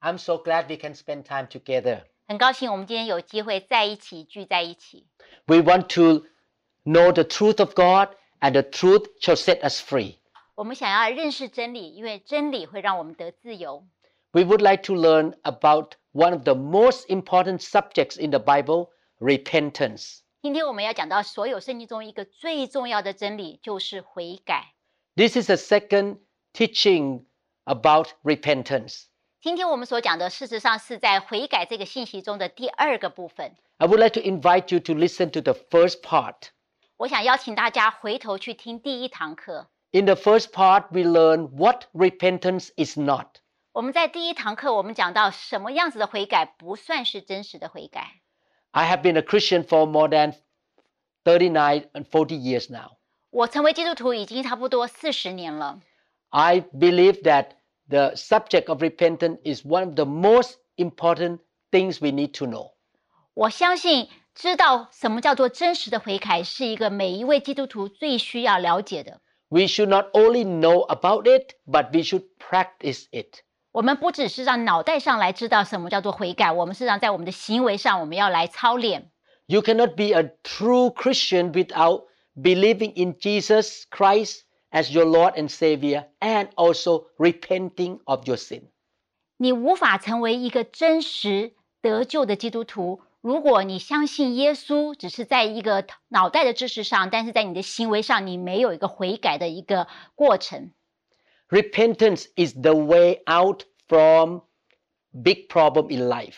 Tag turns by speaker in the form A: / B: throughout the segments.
A: I'm so glad we can spend time together.
B: 很高兴我们今天有机会在一起聚在一起。
A: We want to know the truth of God, and the truth shall set us free.
B: 我们想要认识真理，因为真理会让我们得自由。
A: We would like to learn about one of the most important subjects in the Bible repentance.
B: 今天我们要讲到所有圣经中一个最重要的真理，就是悔改。
A: This is the second teaching about repentance.
B: 今天我们所讲的，事实上是在悔改这个信息中的第二个部分。
A: I would like to invite you to listen to the first part.
B: 我想邀请大家回头去听第一堂课。
A: In the first part, we learn what repentance is not.
B: 我们在第一堂课，我们讲到什么样子的悔改不算是真实的悔改。
A: I have been a Christian for more than 39 and 40 years now.
B: 我成为基督徒已经差不多四十年了。
A: I believe that the subject of repentance is one of the most important things we need to know.
B: 我相信知道什么叫做真实的悔改，是一个每一位基督徒最需要了解的。
A: We should not only know about it, but we should practice it.
B: 我们不只是让脑袋上来知道什么叫做悔改，我们是让在我们的行为上，我们要来操练。
A: You cannot be a true Christian without believing in Jesus Christ as your Lord and Savior and also repenting of your sin.
B: 你无法成为一个真实得救的基督徒，如果你相信耶稣，只是在一个脑袋的知识上，但是在你的行为上，你没有一个悔改的一个过程。
A: Repentance is the way out from big problem in life.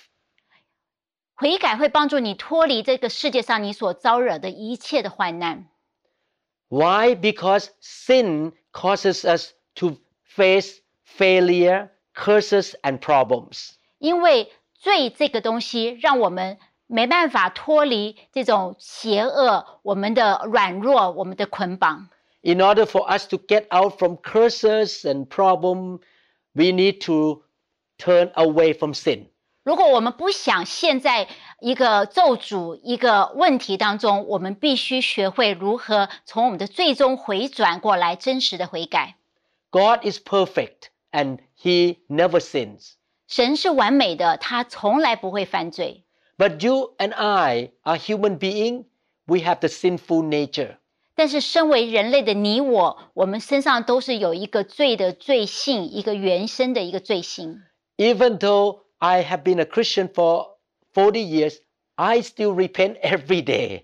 B: 悔改会帮助你脱离这个世界上你所招惹的一切的患难。
A: Why? Because sin causes us to face failure, curses, and problems.
B: 因为罪这个东西，让我们没办法脱离这种邪恶、我们的软弱、我们的捆绑。
A: In order for us to get out from curses and problem, we need to turn away from sin.
B: 如果我们不想陷在一个咒诅、一个问题当中，我们必须学会如何从我们的最终回转过来，真实的悔改。
A: God is perfect and he never sins.
B: 神是完美的，他从来不会犯罪。
A: But you and I are human beings. We have the sinful nature.
B: 但是，身为人类的你我，我们身上都是有一个罪的罪性，一个原生的一个罪性。
A: Even though I have been a Christian for 40 years, I still repent every day.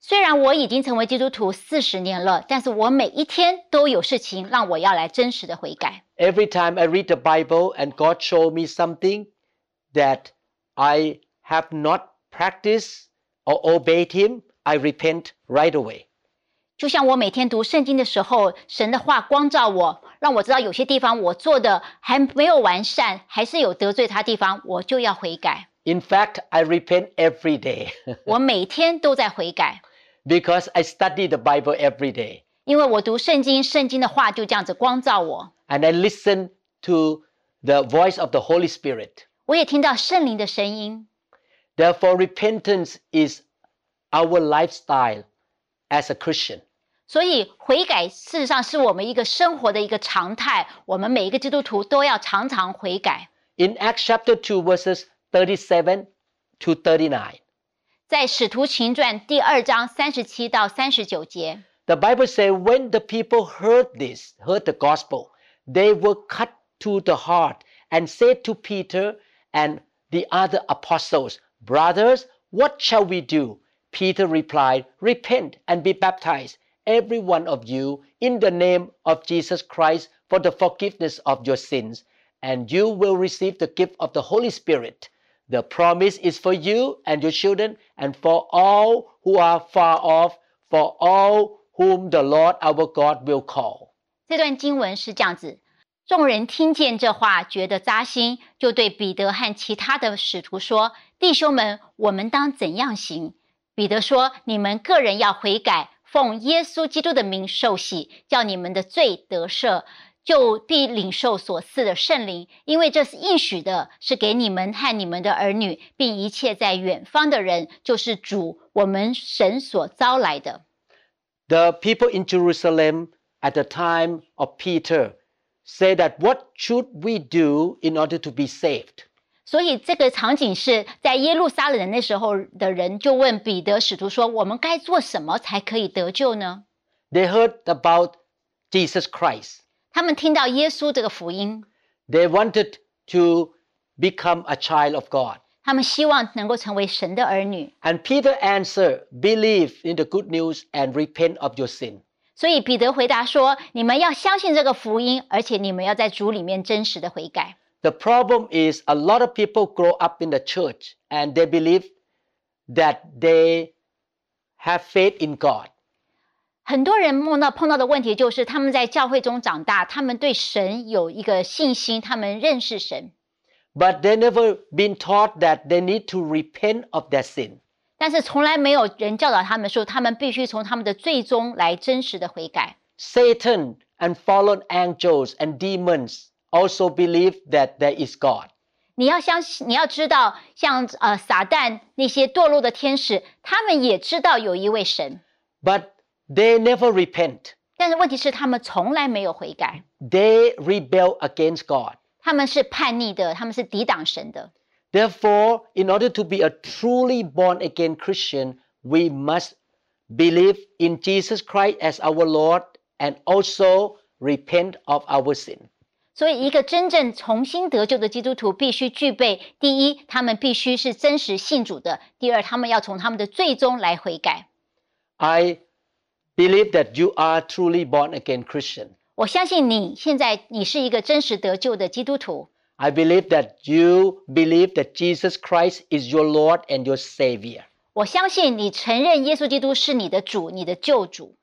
B: 虽然我已经成为基督徒四十年了，但是我每一天都有事情让我要来真实的悔改。
A: Every time I read the Bible and God show me something that I have not practiced or obeyed him, I repent right away.
B: 就像我每天读圣经的时候，神的话光照我，让我知道有些地方我做的还没有完善，还是有得罪他地方，我就要悔改。
A: In fact, I repent every day
B: 我每天都在悔改，
A: because I study the Bible every day
B: 因为我读圣经，圣经的话就这样子光照我。
A: and I listen to the voice of the Holy Spirit.
B: 我也听到圣灵的声音，
A: Therefore, repentance is our lifestyle as a Christian.
B: 所以悔改事实上是我们一个生活的一个常态。我们每一个基督徒都要常常悔改。
A: In Acts chapter 2, verses 37 to 39,
B: 在《使徒行传》第二章三十七到三十九节，
A: the Bible says, When the people heard this, heard the gospel, they were cut to the heart and said to Peter and the other apostles, Brothers, what shall we do? Peter replied, Repent and be baptized, every one of you, in the name of Jesus Christ for the forgiveness of your sins, and you will receive the gift of the Holy Spirit. The promise is for you and your children, and for all who are far off, for all whom the Lord our God will call.
B: 这段经文是这样子：众人听见这话，觉得扎心，就对彼得和其他的使徒说：“弟兄们，我们当怎样行？”彼得说：“你们个人要悔改，奉耶稣基督的名受洗，叫你们的罪得赦，就必领受所赐的圣灵，因为这是应许的，是给你们和你们的儿女，并一切在远方的人，就是主我们神所招来的。”
A: The people in Jerusalem at the time of Peter say that what should we do in order to be saved?
B: 所以这个场景是在耶路撒冷那时候的人就问彼得使徒说：“我们该做什么才可以得救呢
A: They heard about Jesus Christ.？”
B: 他们听到耶稣这个福音，
A: They wanted to become a child of God.
B: 他们希望能够成为神的儿女。
A: And Peter answered, Believe in the good news and repent of your sin.
B: 所以彼得回答说：“你们要相信这个福音，而且你们要在主里面真实的悔改。
A: The problem is a lot of people grow up in the church and they believe that they have faith in God. ”
B: 很多人梦到碰到的问题就是他们在教会中长大，他们对神有一个信心，他们认识神，
A: but they never been taught that they need to repent of their sin.
B: 但是从来没有人教导他们说，他们必须从他们的最终来真实的悔改。
A: Satan and fallen angels and demons also believe that there is God.
B: 你要相信，你要知道，像呃撒旦那些堕落的天使，他们也知道有一位神，
A: But they never repent.
B: 但是问题是他们从来没有悔改，
A: They rebel against God.
B: 他们是叛逆的，他们是抵挡神的。
A: Therefore, in order to be a truly born again Christian, we must believe in Jesus Christ as our Lord and also repent of our sin.
B: 所以，一个真正重新得救的基督徒必须具备：第一，他们必须是真实信主的；第二，他们要从他们的罪中来悔改。
A: I believe that you are truly born again Christian.
B: 我相信你现在你是一个真实得救的基督徒，
A: I believe that you believe that Jesus Christ is your Lord and your Savior.
B: 我相信你承认耶稣基督是你的主，你的救主。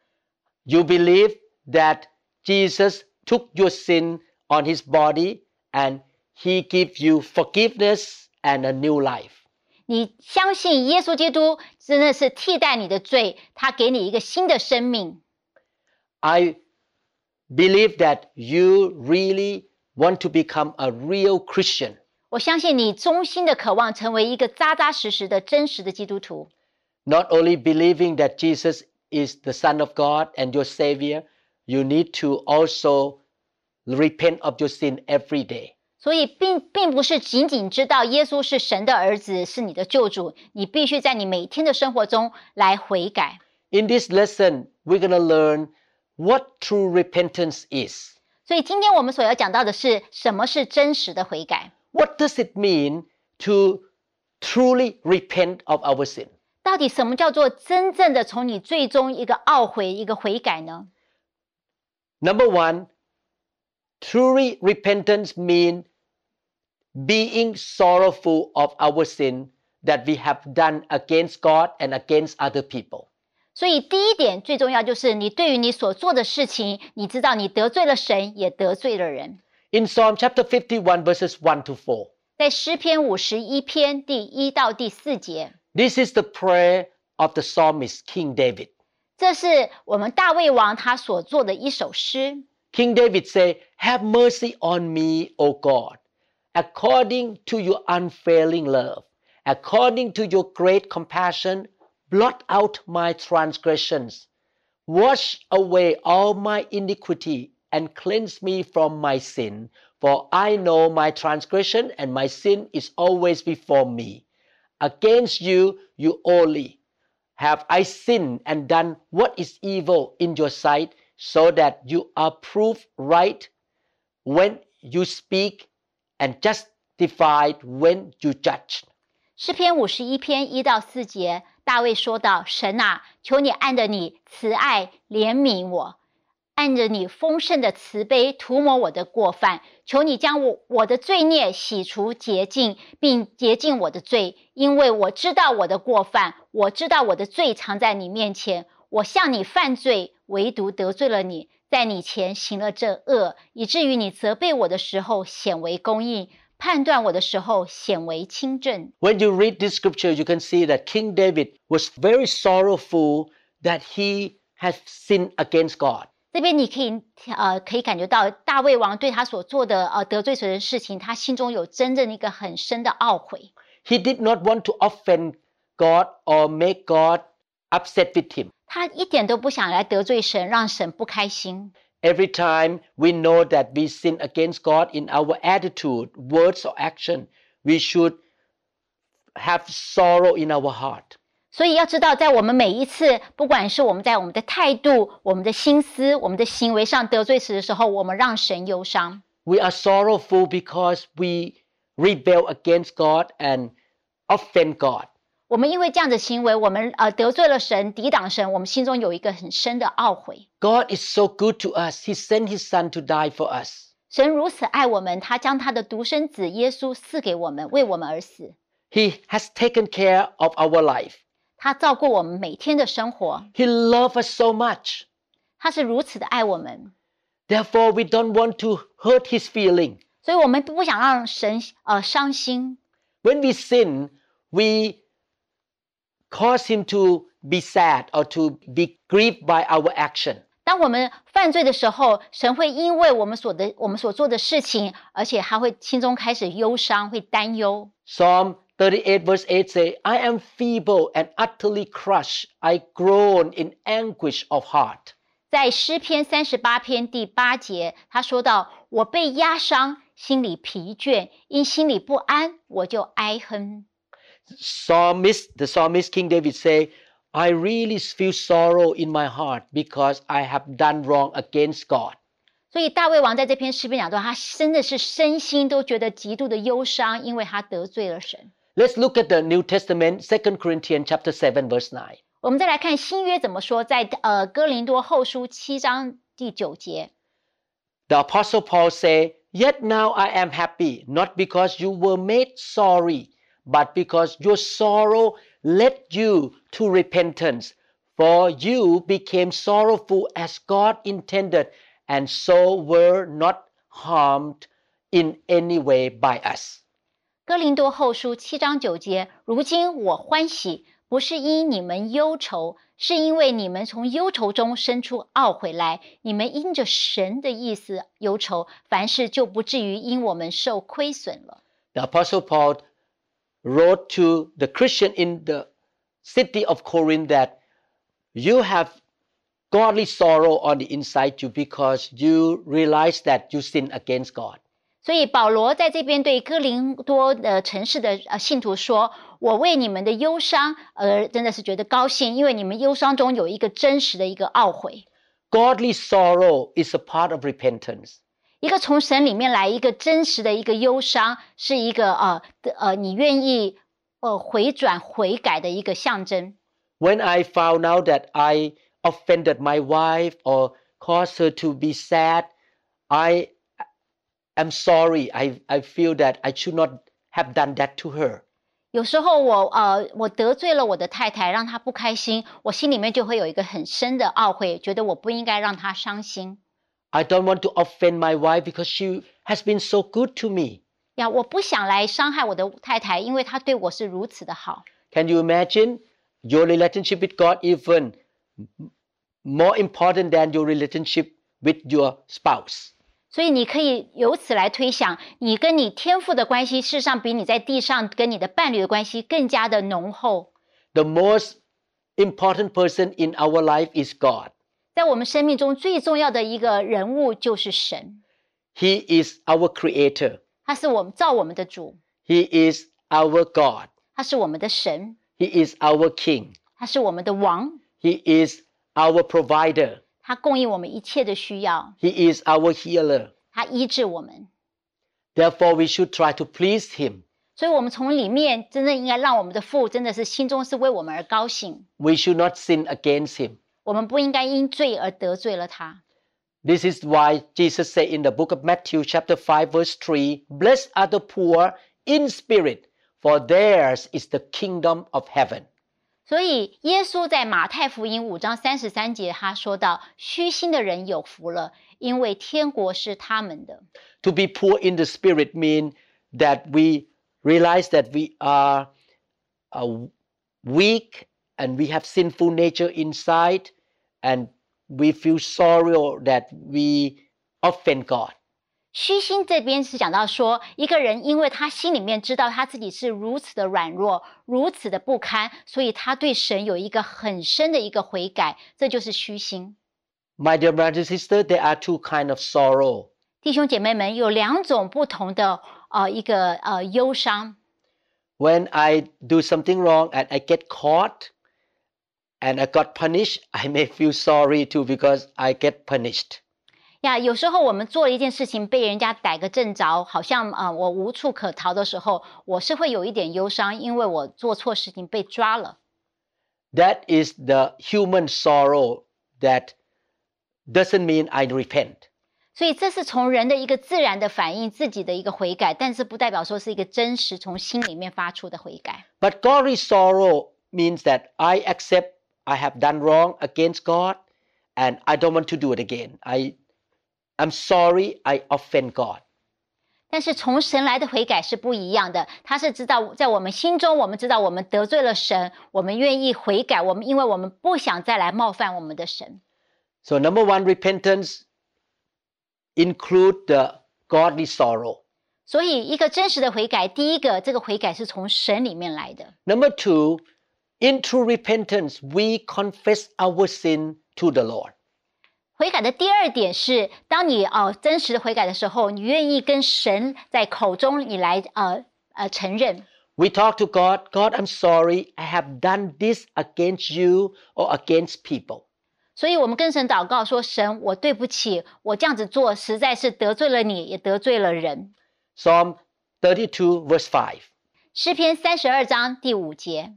A: You believe that Jesus took your sin on his body and he gives you forgiveness and a new life.
B: 你相信耶稣基督真的是替代你的罪，他给你一个新的生命。
A: I believe that you really want to become a real Christian.
B: 我相信你衷心的渴望成为一个扎扎实实的真实的基督徒。
A: Not only believing that Jesus is the Son of God and your Savior, you need to also repent of your sin every day.
B: 所以并并不是仅仅知道耶稣是神的儿子，是你的救主，你必须在你每天的生活中来悔改。
A: In this lesson, we're going to learn what true repentance is.
B: 所以今天我们所要讲到的是什么是真实的悔改，
A: What does it mean to truly repent of our sin?
B: 到底什么叫做真正的从你最终一个懊悔、一个悔改呢？
A: Number one, truly repentance means being sorrowful of our sin that we have done against God and against other people.
B: 所以第一点最重要就是你对于你所做的事情，你知道你得罪了神，也得罪了人。
A: In Psalm chapter 51, verses 1 to 4,
B: 在诗篇五十一篇第一到第四节，
A: this is the prayer of the psalmist King David.
B: 这是我们大卫王他所做的一首诗。
A: King David said, Have mercy on me, O God, according to your unfailing love, according to your great compassion, blot out my transgressions, wash away all my iniquity, and cleanse me from my sin. For I know my transgression and my sin is always before me. Against you, you only have I sinned and done what is evil in your sight, so that you are proved right when you speak and justified when you judge?
B: 诗篇五十一篇一到四节，大卫说道：“神啊，求你按着你慈爱怜悯我，按着你丰盛的慈悲涂抹我的过犯，求你将我我的罪孽洗除洁净，并洁净我的罪，因为我知道我的过犯，我知道我的罪藏在你面前，我向你犯罪，唯独得罪了你，在你前行了这恶，以至于你责备我的时候显为公义，判断我的时候显为轻正。
A: When you read this scripture, you can see that King David was very sorrowful that he had sinned against God.
B: 这边你可以呃可以感觉到大卫王对他所做的呃得罪谁的事情，他心中有真正一个很深的懊悔。
A: He did not want to offend God or make God upset with him.
B: 他一点都不想来得罪神，让神不开心。
A: Every time we know that we sin against God in our attitude, words, or action, we should have sorrow in our heart.
B: 所以要知道，在我们每一次，不管是我们在我们的态度、我们的心思、我们的行为上得罪神的时候，我们让神忧伤。
A: We are sorrowful because we rebel against God and offend God.
B: 我们因为这样的行为，我们呃得罪了神，抵挡神，我们心中有一个很深的懊悔。
A: God is so good to us. He sent his son to die for us.
B: 神如此爱我们，他将他的独生子耶稣赐给我们，为我们而死。
A: He has taken care of our life.
B: 他照顾我们每天的生活，
A: He loves us so much.
B: 他是如此的爱我们，
A: Therefore, we don't want to hurt his feeling.
B: 所以我们不想让神呃伤心。
A: When we sin, we cause him to be sad or to be grieved by our action.
B: 当我们犯罪的时候，神会因为我们所的我们所做的事情，而且他会心中开始忧伤，会担忧。
A: Psalm 38 verse 8 say, I am feeble and utterly crushed. I groan in anguish of heart.
B: 在诗篇三十八篇第八节，他说到：“我被压伤，心里疲倦，因心里不安，我就哀哼。
A: Psalmist, the psalmist King David say, I really feel sorrow in my heart because I have done wrong against God. ”
B: 所以大卫王在这篇诗篇讲到，他真的是身心都觉得极度的忧伤，因为他得罪了神。
A: Let's look at the New Testament, 2 Corinthians chapter 7 verse 9.
B: 我们再来看新约怎么说，在呃哥林多后书七章第九节，
A: The apostle Paul say, "Yet now I am happy, not because you were made sorry, but because your sorrow led you to repentance. For you became sorrowful as God intended, and so were not harmed in any way by us."
B: 哥林多后书七章九节，如今我欢喜，不是因你们忧愁，是因为你们从忧愁中生出懊悔来。你们因着神的意思忧愁，凡事就不至于因我们受亏损了。
A: The apostle Paul wrote to the Christian in the city of Corinth that you have godly sorrow on the inside you because you realize that you sin against God.
B: 所以保罗在这边对哥林多的城市的呃信徒说：“我为你们的忧伤而真的是觉得高兴，因为你们忧伤中有一个真实的一个懊悔，
A: Godly sorrow is a part of repentance.
B: 一个从神里面来一个真实的一个忧伤，是一个呃的呃你愿意呃回转悔改的一个象征。
A: When I found out that I offended my wife or caused her to be sad, I am sorry. I, I feel that I should not have done that to her.
B: 有时候我呃我得罪了我的太太，让她不开心，我心里面就会有一个很深的懊悔，觉得我不应该让她伤心。”
A: I don't want to offend my wife because she has been so good to me.
B: 呀，我不想来伤害我的太太，因为她对我是如此的好。
A: Can you imagine your relationship with God even m- more important than your relationship with your spouse?
B: 所以你可以由此来推想，你跟你天赋的关系，事实上比你在地上跟你的伴侣的关系更加的浓厚。
A: The most important person in our life is God.
B: 在我们生命中最重要的一个人物就是神，
A: He is our creator.
B: 他是我们造我们的主，
A: He is our God.
B: 他是我们的神，
A: He is our king.
B: 他是我们的王，
A: He is our provider.
B: 他供应我们一切的需要，
A: He is our healer.
B: 他医治我们。
A: Therefore, we should try to please him.
B: 所以，我们从里面真正应该让我们的父真的是心中是为我们而高兴，
A: We should not sin against him.
B: 我们不应该因罪而得罪了他。
A: This is why Jesus said in the book of Matthew, chapter 5, verse 3 Blessed are the poor in spirit, for theirs is the kingdom of heaven.
B: 所以，耶稣在马太福音五章三十三节，他说到：“虚心的人有福了，因为天国是他们的。
A: To be poor in the spirit means that we realize that we are uh, weak and we have sinful nature inside, and we feel sorry or that we offend God. ”
B: 虚心这边是讲到说，一个人因为他心里面知道他自己是如此的软弱，如此的不堪，所以他对神有一个很深的一个悔改，这就是虚心。
A: My dear brothers and sisters, there are two kinds of sorrow.
B: 弟兄姐妹们，有两种不同的呃一个呃忧伤。
A: When I do something wrong and I get caught and I got punished, I may feel sorry too because I get punished.
B: 呀，有时候我们做了一件事情被人家逮个正着，好像啊、呃我无处可逃的时候，我是会有一点忧伤，因为我做错事情被抓了。
A: That is the human sorrow that doesn't mean I repent.
B: 所以这是从人的一个自然的反应，自己的一个悔改，但是不代表说是一个真实从心里面发出的悔改。
A: But godly sorrow means that I accept I have done wrong against God and I don't want to do it again. I I'm sorry I offend God.
B: 但是从神来的悔改是不一样的，他是知道在我们心中，我们知道我们得罪了神，我们愿意悔改，我们因为我们不想再来冒犯我们的神。
A: So number one, repentance include the godly sorrow.
B: 所以，一个真实的悔改，第一个，这个悔改是从神里面来的。
A: Number two, in true repentance, we confess our sin to the Lord.
B: 悔改的第二点是，当你呃真实的悔改的时候，你愿意跟神在口中你来呃呃承认。
A: We talk to God, God, I'm sorry, I have done this against you or against people.
B: 所以，我们跟神祷告说：“神，我对不起，我这样子做实在是得罪了你，也得罪了人。
A: Psalm 32, verse 5. ”
B: 诗篇三十二章第五节，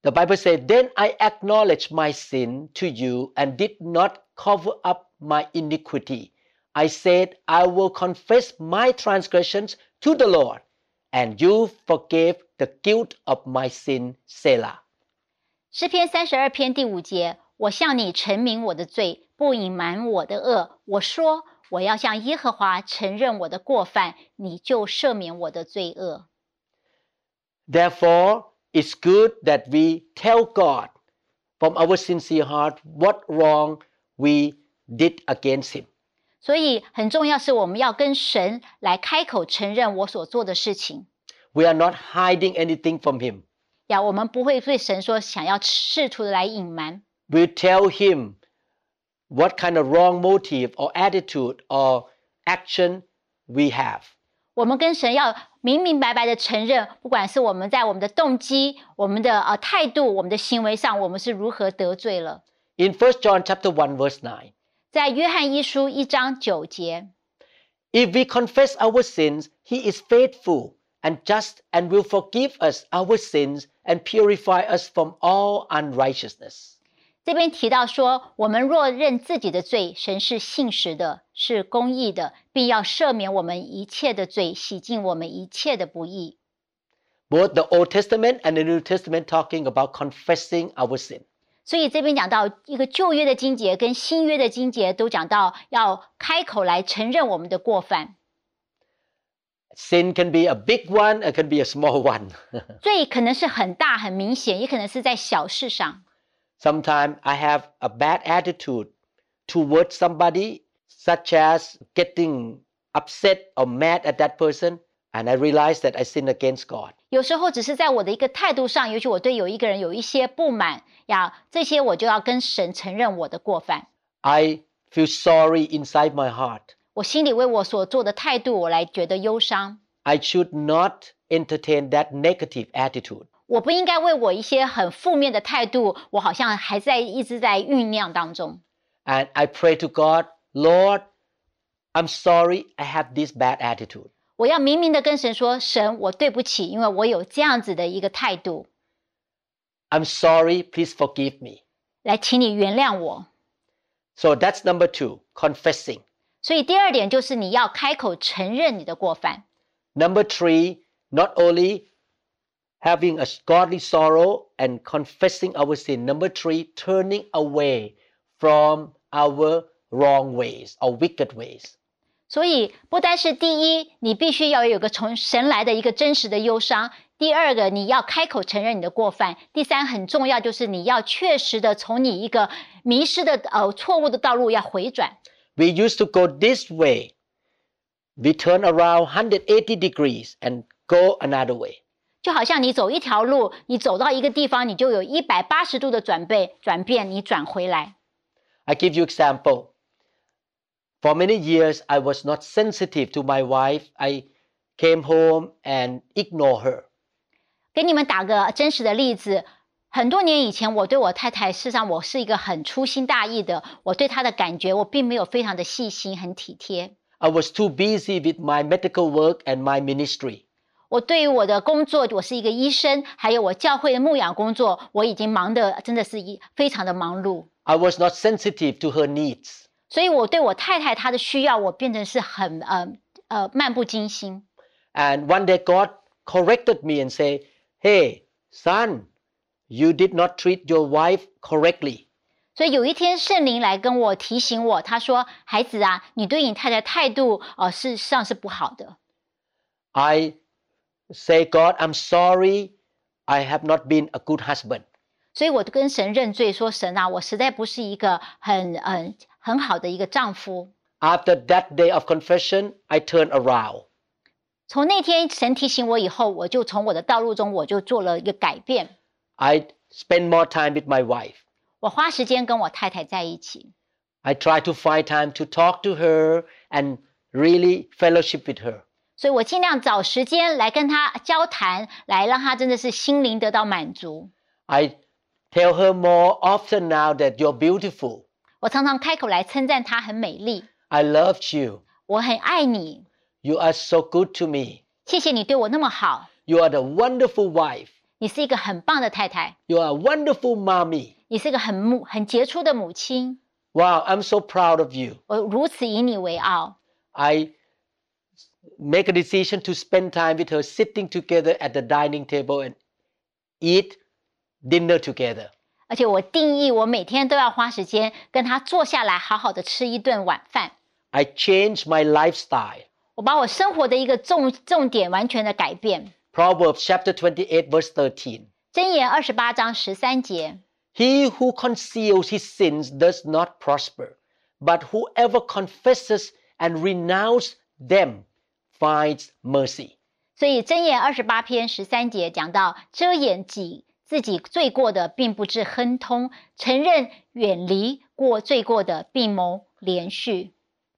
A: The Bible says, Then I acknowledged my sin to you and did not cover up my iniquity. I said, I will confess my transgressions to the Lord, and you forgave the guilt of my sin, Selah.
B: 诗篇三十二篇第五节：“我向你陈明我的罪，不隐瞒我的恶。我说，我要向耶和华承认我的过犯，你就赦免我的罪恶。”
A: Therefore, it's good that we tell God from our sincere heart what wrong we did against Him.
B: 所以很重要是我们要跟神来开口承认我所做的事情
A: We are not hiding anything from Him.
B: 呀，我们不会对神说想要试图的来隐瞒，
A: We tell Him what kind of wrong motive or attitude or action we have.
B: 我们跟神要明明白白的承认，不管是我们在我们的动机、我们的呃态度、我们的行为上，我们是如何得罪了。
A: In 1 John chapter 1 verse 9,
B: 在约翰一书一章九节，
A: if we confess our sins, he is faithful and just and will forgive us our sins and purify us from all unrighteousness.
B: 这边提到说，我们若认自己的罪，神是信实的，是公义的，并要赦免我们一切的罪，洗净我们一切的不义。
A: Both the Old Testament and the New Testament talking about confessing our sin.
B: 所以这边讲到一个旧约的经节跟新约的经节都讲到要开口来承认我们的过犯，
A: Sin can be a big one, it can be a small one.
B: 罪可能是很大很明显，也可能是在小事上。
A: Sometimes I have a bad attitude towards somebody, such as getting upset or mad at that person, and I realize that I sin against God.
B: 有时候只是在我的一个态度上，也许我对有一个人有一些不满呀，这些我就要跟神承认我的过犯，
A: I feel sorry inside my heart.
B: 我心里为我所做的态度，我来觉得忧伤。
A: I should not entertain that negative attitude.
B: 我不应该为我一些很负面的态度，我好像还在一直在酝酿当中。
A: And I pray to God, Lord, I'm sorry I have this bad attitude.
B: 我要明明的跟神说：“神，我对不起，因为我有这样子的一个态度，
A: I'm sorry, please forgive me.
B: 来，请你原谅我。
A: So that's number two, confessing. ”
B: 所以第二点就是你要开口承认你的过犯。
A: Number three, not only having a godly sorrow and confessing our sin. Number three, turning away from our wrong ways or wicked ways.
B: 所以不单是第一，你必须要有个从神来的一个真实的忧伤；第二个，你要开口承认你的过犯；第三，很重要就是你要确实的从你一个迷失的呃错误的道路要回转。
A: We used to go this way. We turn around 180 degrees and go another way.
B: 就好像你走一条路，你走到一个地方，你就有一百八十度的转变，转变你转回来。
A: I give you example. For many years, I was not sensitive to my wife. I came home and ignore her.
B: 给你们打个真实的例子，很多年以前，我对我太太，事实上我是一个很粗心大意的，我对她的感觉，我并没有非常的细心，很体贴。
A: I was too busy with my medical work and my ministry.
B: 我对于我的工作，我是一个医生，还有我教会的牧养工作，我已经忙得真的是一非常的忙碌，
A: I was not sensitive to her needs.
B: 所以我对我太太她的需要，我变成是很呃呃漫不经心。
A: And one day, God corrected me and said, Hey, son, you did not treat your wife correctly.
B: 所以有一天圣灵来跟我提醒我，他说：“孩子啊，你对你太太态度呃事实上是不好的。
A: I say, God, I'm sorry. I have not been a good husband. ”
B: 所以我就跟神认罪，说：“神啊，我实在不是一个很很很好的一个丈夫。
A: After that day of confession, I turned around. ”
B: 从那天神提醒我以后，我就从我的道路中我就做了一个改变。
A: I spend more time with my wife.
B: 我花时间跟我太太在一起，
A: I try to find time to talk to her and really fellowship with her.
B: 所以我尽量找时间来跟她交谈，来让她真的是心灵得到满足。
A: I tell her more often now that you're beautiful.
B: 我常常开口来称赞她很美丽，
A: I loved you.
B: 我很爱你，
A: You are so good to me.
B: 谢谢你对我那么好，
A: You are the wonderful wife.
B: 你是一个很棒的太太，
A: You are a wonderful mommy.
B: 你是一个很母很杰出的母亲，
A: Wow, I'm so proud of you.
B: 我如此以你为傲。
A: I make a decision to spend time with her sitting together at the dining table and eat dinner together.
B: 而且我定义，我每天都要花时间跟她坐下来，好好的吃一顿晚饭。
A: I changed my lifestyle.
B: 我把我生活的一个重重点完全的改变。
A: Proverbs chapter 28 verse 13.
B: 箴言二十八章十三节，
A: He who conceals his sins does not prosper, but whoever confesses and renounces them finds mercy.
B: 所以箴言二十八篇十三节讲到，遮掩己自己罪过的，并不致亨通；承认远离过罪过的，并谋连续。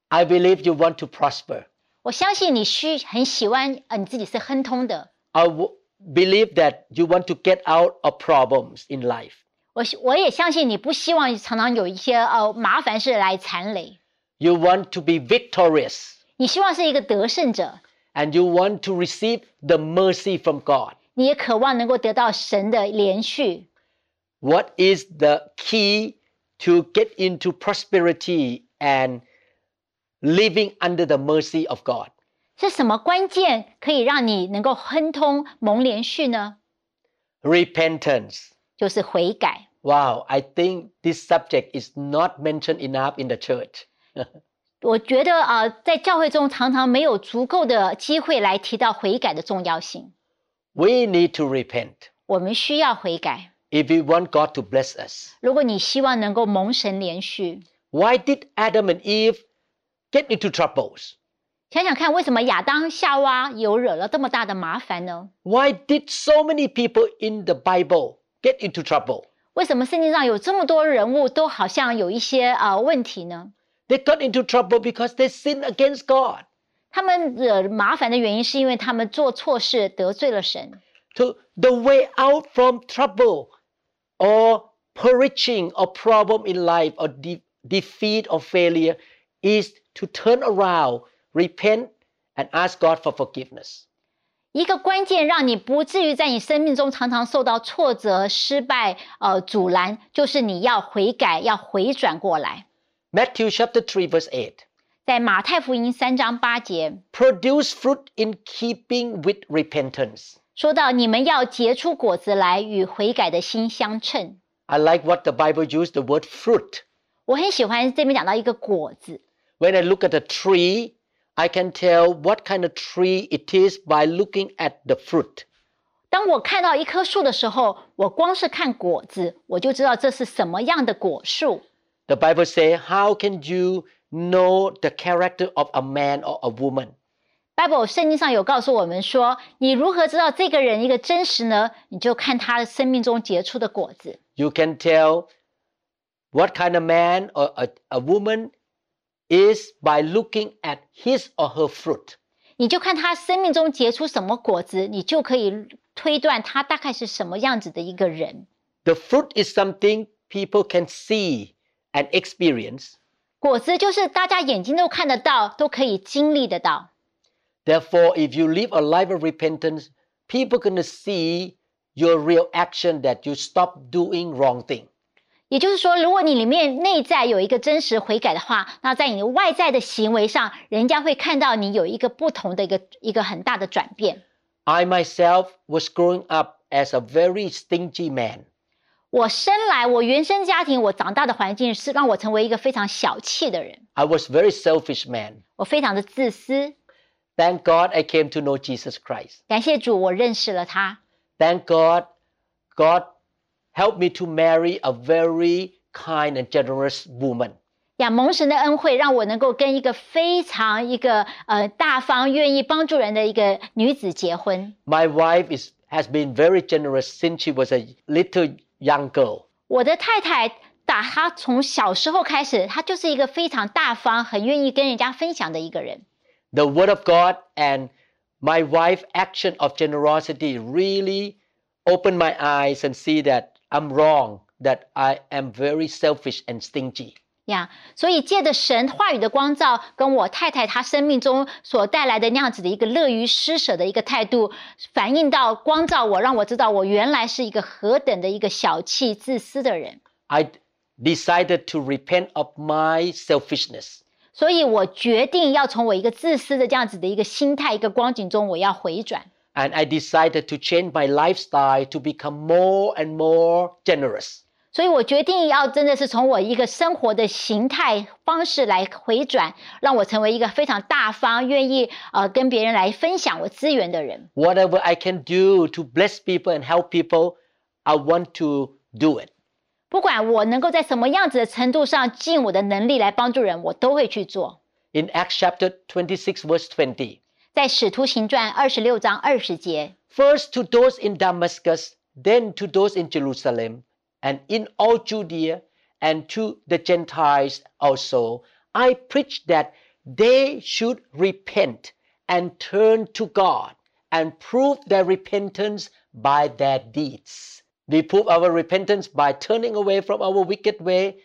A: I believe you want to prosper.
B: 我相信你需很喜欢，呃，你自己是亨通的。
A: I w- believe that you want to get out of problems in life.
B: 我希我也相信你不希望常常有一些呃麻烦事来缠累，
A: You want to be victorious
B: 你希望是一个得胜者，
A: and you want to receive the mercy from God.
B: 你也渴望能够得到神的连续。
A: What is the key to get into prosperity and living under the mercy of God?
B: 是什么关键可以让你能够亨通蒙连续呢？
A: Repentance.
B: 就是悔改。
A: Wow, I think this subject is not mentioned enough in the church.
B: 我觉得啊、呃在教会中常常没有足够的机会来提到悔改的重要性。
A: We need to repent
B: 我们需要悔改。
A: if we want God to bless us.
B: 如果你希望能够蒙神连续，
A: Why did Adam and Eve get into troubles?
B: 想想看，为什么亚当夏娃有惹了这么大的麻烦呢？
A: Why did so many people in the Bible get into trouble?
B: 为什么圣经上有这么多人物都好像有一些啊、呃问题呢？
A: They got into trouble because they sinned against God.
B: 他们惹麻烦的原因是因为他们做错事得罪了神。
A: to the way out from trouble or perishing or problem in life or de- defeat or failure is to turn around, repent, and ask God for forgiveness.
B: 一个关键让你不至于在你生命中常常受到挫折、失败、呃阻拦，就是你要悔改，要回转过来。
A: Matthew chapter 3, verse 8.
B: 在马太福音三章八节，
A: Produce fruit in keeping with repentance.
B: 说到你们要结出果子来，与悔改的心相称。
A: I like what the Bible used the word fruit.
B: 我很喜欢这边讲到一个果子，
A: When I look at a tree, I can tell what kind of tree it is by looking at the fruit.
B: 当我看到一棵树的时候，我光是看果子，我就知道这是什么样的果树。
A: The Bible says, How can you know the character of a man or a woman?
B: Bible 圣经上有告诉我们说，你如何知道这个人一个真实呢？你就看他生命中结出的果子。
A: You can tell what kind of man or a, a woman is by looking at his or her fruit.
B: 你就看他生命中结出什么果子，你就可以推断他大概是什么样子的一个人。
A: The fruit is something people can see and experience.
B: 果子就是大家眼睛都看得到，都可以经历得到。
A: Therefore, if you live a life of repentance, people gonna see your real action that you stop doing wrong thing.
B: 也就是说，如果你里面内在有一个真实悔改的话，那在你外在的行为上，人家会看到你有一个不同的一个一个很大的转变。
A: I myself was growing up as a very stingy man.
B: 我生来，我原生家庭，我长大的环境是让我成为一个非常小气的人，
A: I was very selfish man.
B: 我非常的自私。
A: Thank God I came to know Jesus Christ.
B: 感谢主，我认识了他。
A: Thank God God helped me to marry a very kind and generous woman.
B: 呀，蒙神的恩惠让我能够跟一个非常一个呃大方、愿意帮助人的一个女子结婚。
A: My wife is has been very generous since she was a little young girl.
B: 我的太太打她从小时候开始，她就是一个非常大方、很愿意跟人家分享的一个人。
A: the word of God and my wife's action of generosity really opened my eyes and see that I'm wrong, that I am very selfish and stingy.
B: 呀所以借着神话语的光照，跟我太太她生命中所带来的那样子的一个乐于施舍的一个态度，反映到光照我，让我知道我原来是一个何等的一个小气、自私的人。
A: I decided to repent of my selfishness.
B: 所以我决定要从我一个自私的这样子的一个心态、一个光景中，我要回转。
A: And I decided to change my lifestyle to become more and more generous.
B: 所以我决定要真的是从我一个生活的形态方式来回转，让我成为一个非常大方、愿意呃跟别人来分享我资源的人。
A: Whatever I can do to bless people and help people, I want to do it.
B: 不管我能够在什么样子的程度上尽我的能力来帮助人，我都会去做。
A: In Acts chapter 26, verse 20,
B: 在《使徒行传》二十六章二十节，
A: first to those in Damascus, then to those in Jerusalem, and in all Judea, and to the Gentiles also. I preach that they should repent and turn to God and prove their repentance by their deeds. We prove our repentance by turning away from our wicked way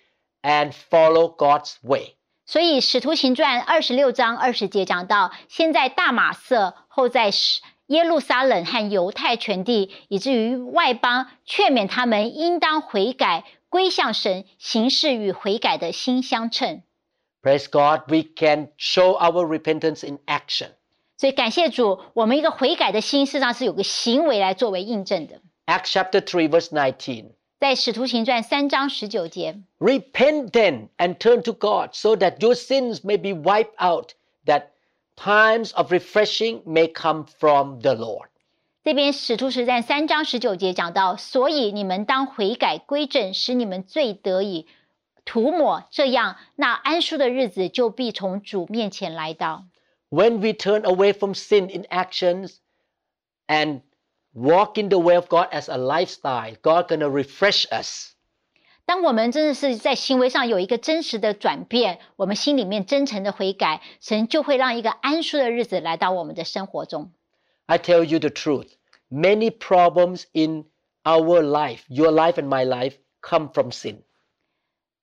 A: and follow God's way.
B: 所以《使徒行传》二十六章二十节讲到，先在大马色，后在使耶路撒冷和犹太全地，以至于外邦，劝勉他们应当悔改，归向神，行事与悔改的心相称。
A: Praise God, we can show our repentance in action.
B: 所以感谢主，我们一个悔改的心，事实上是有个行为来作为印证的。
A: Acts chapter 3, verse 19.
B: 在《使徒行传》三章十九节，
A: Repent then and turn to God so that your sins may be wiped out, that times of refreshing may come from the Lord.
B: 这边《使徒实战》三章十九节讲到，所以你们当悔改归正，使你们罪得以涂抹，这样那安舒的日子就必从主面前来到。
A: When we turn away from sin in actions and walk in the way of God as a lifestyle, God gonna refresh us.
B: 当我们真的是在行为上有一个真实的转变，我们心里面真诚的悔改，神就会让一个安舒的日子来到我们的生活中。
A: I tell you the truth, many problems in our life, your life and my life, come from sin.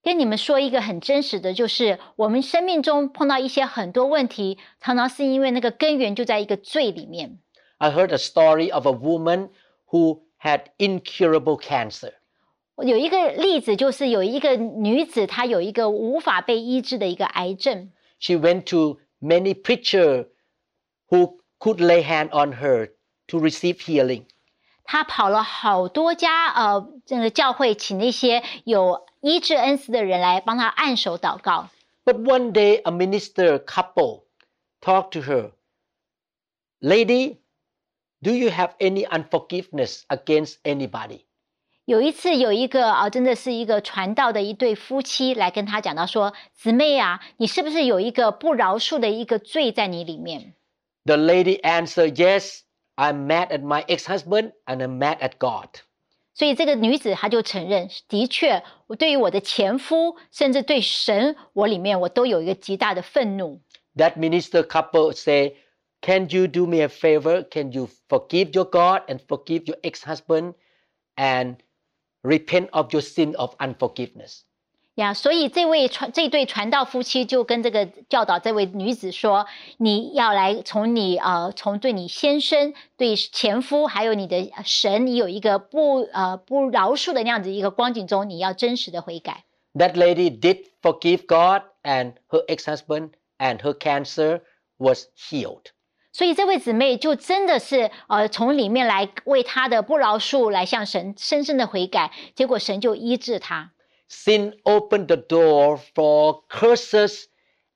B: 跟你们说一个很真实的，就是我们生命中碰到一些很多问题，常常是因为那个根源就在一个罪里面。
A: I heard a story of a woman who had incurable cancer.
B: 有一个例子，就是有一个女子，她有一个无法被医治的一个癌症，
A: she went to many preachers who could lay hand on her to receive healing.
B: 他跑了好多家呃这个教会，请那些有医治恩赐的人来帮他按手祷告。
A: But one day, a minister couple talked to her. Lady, do you have any unforgiveness against anybody?
B: 有一次，有一个啊、真的是一个传道的一对夫妻来跟他讲到说：“姊妹啊，你是不是有一个不饶恕的一个罪在你里面
A: The lady answered, Yes, I'm mad at my ex husband and I'm mad at God.？”
B: 所以这个女子她就承认，的确，我对于我的前夫，甚至对神，我里面我都有一个极大的愤怒。
A: That minister couple say, Can you do me a favor? Can you forgive your God and forgive your ex husband and repent of your sin of unforgiveness?
B: 呀，所以这位传这对传道夫妻就跟这个教导这位女子说：“你要来从你呃，从对你先生、对前夫，还有你的呃神，你有一个不呃不饶恕的那样子一个光景中，你要真实的悔改。
A: That lady did forgive God and her ex husband, and her cancer was healed. ”
B: 所以这位姊妹就真的是呃从里面来为她的不饶恕来向神深深的悔改，结果神就医治她。
A: Sin opened the door for curses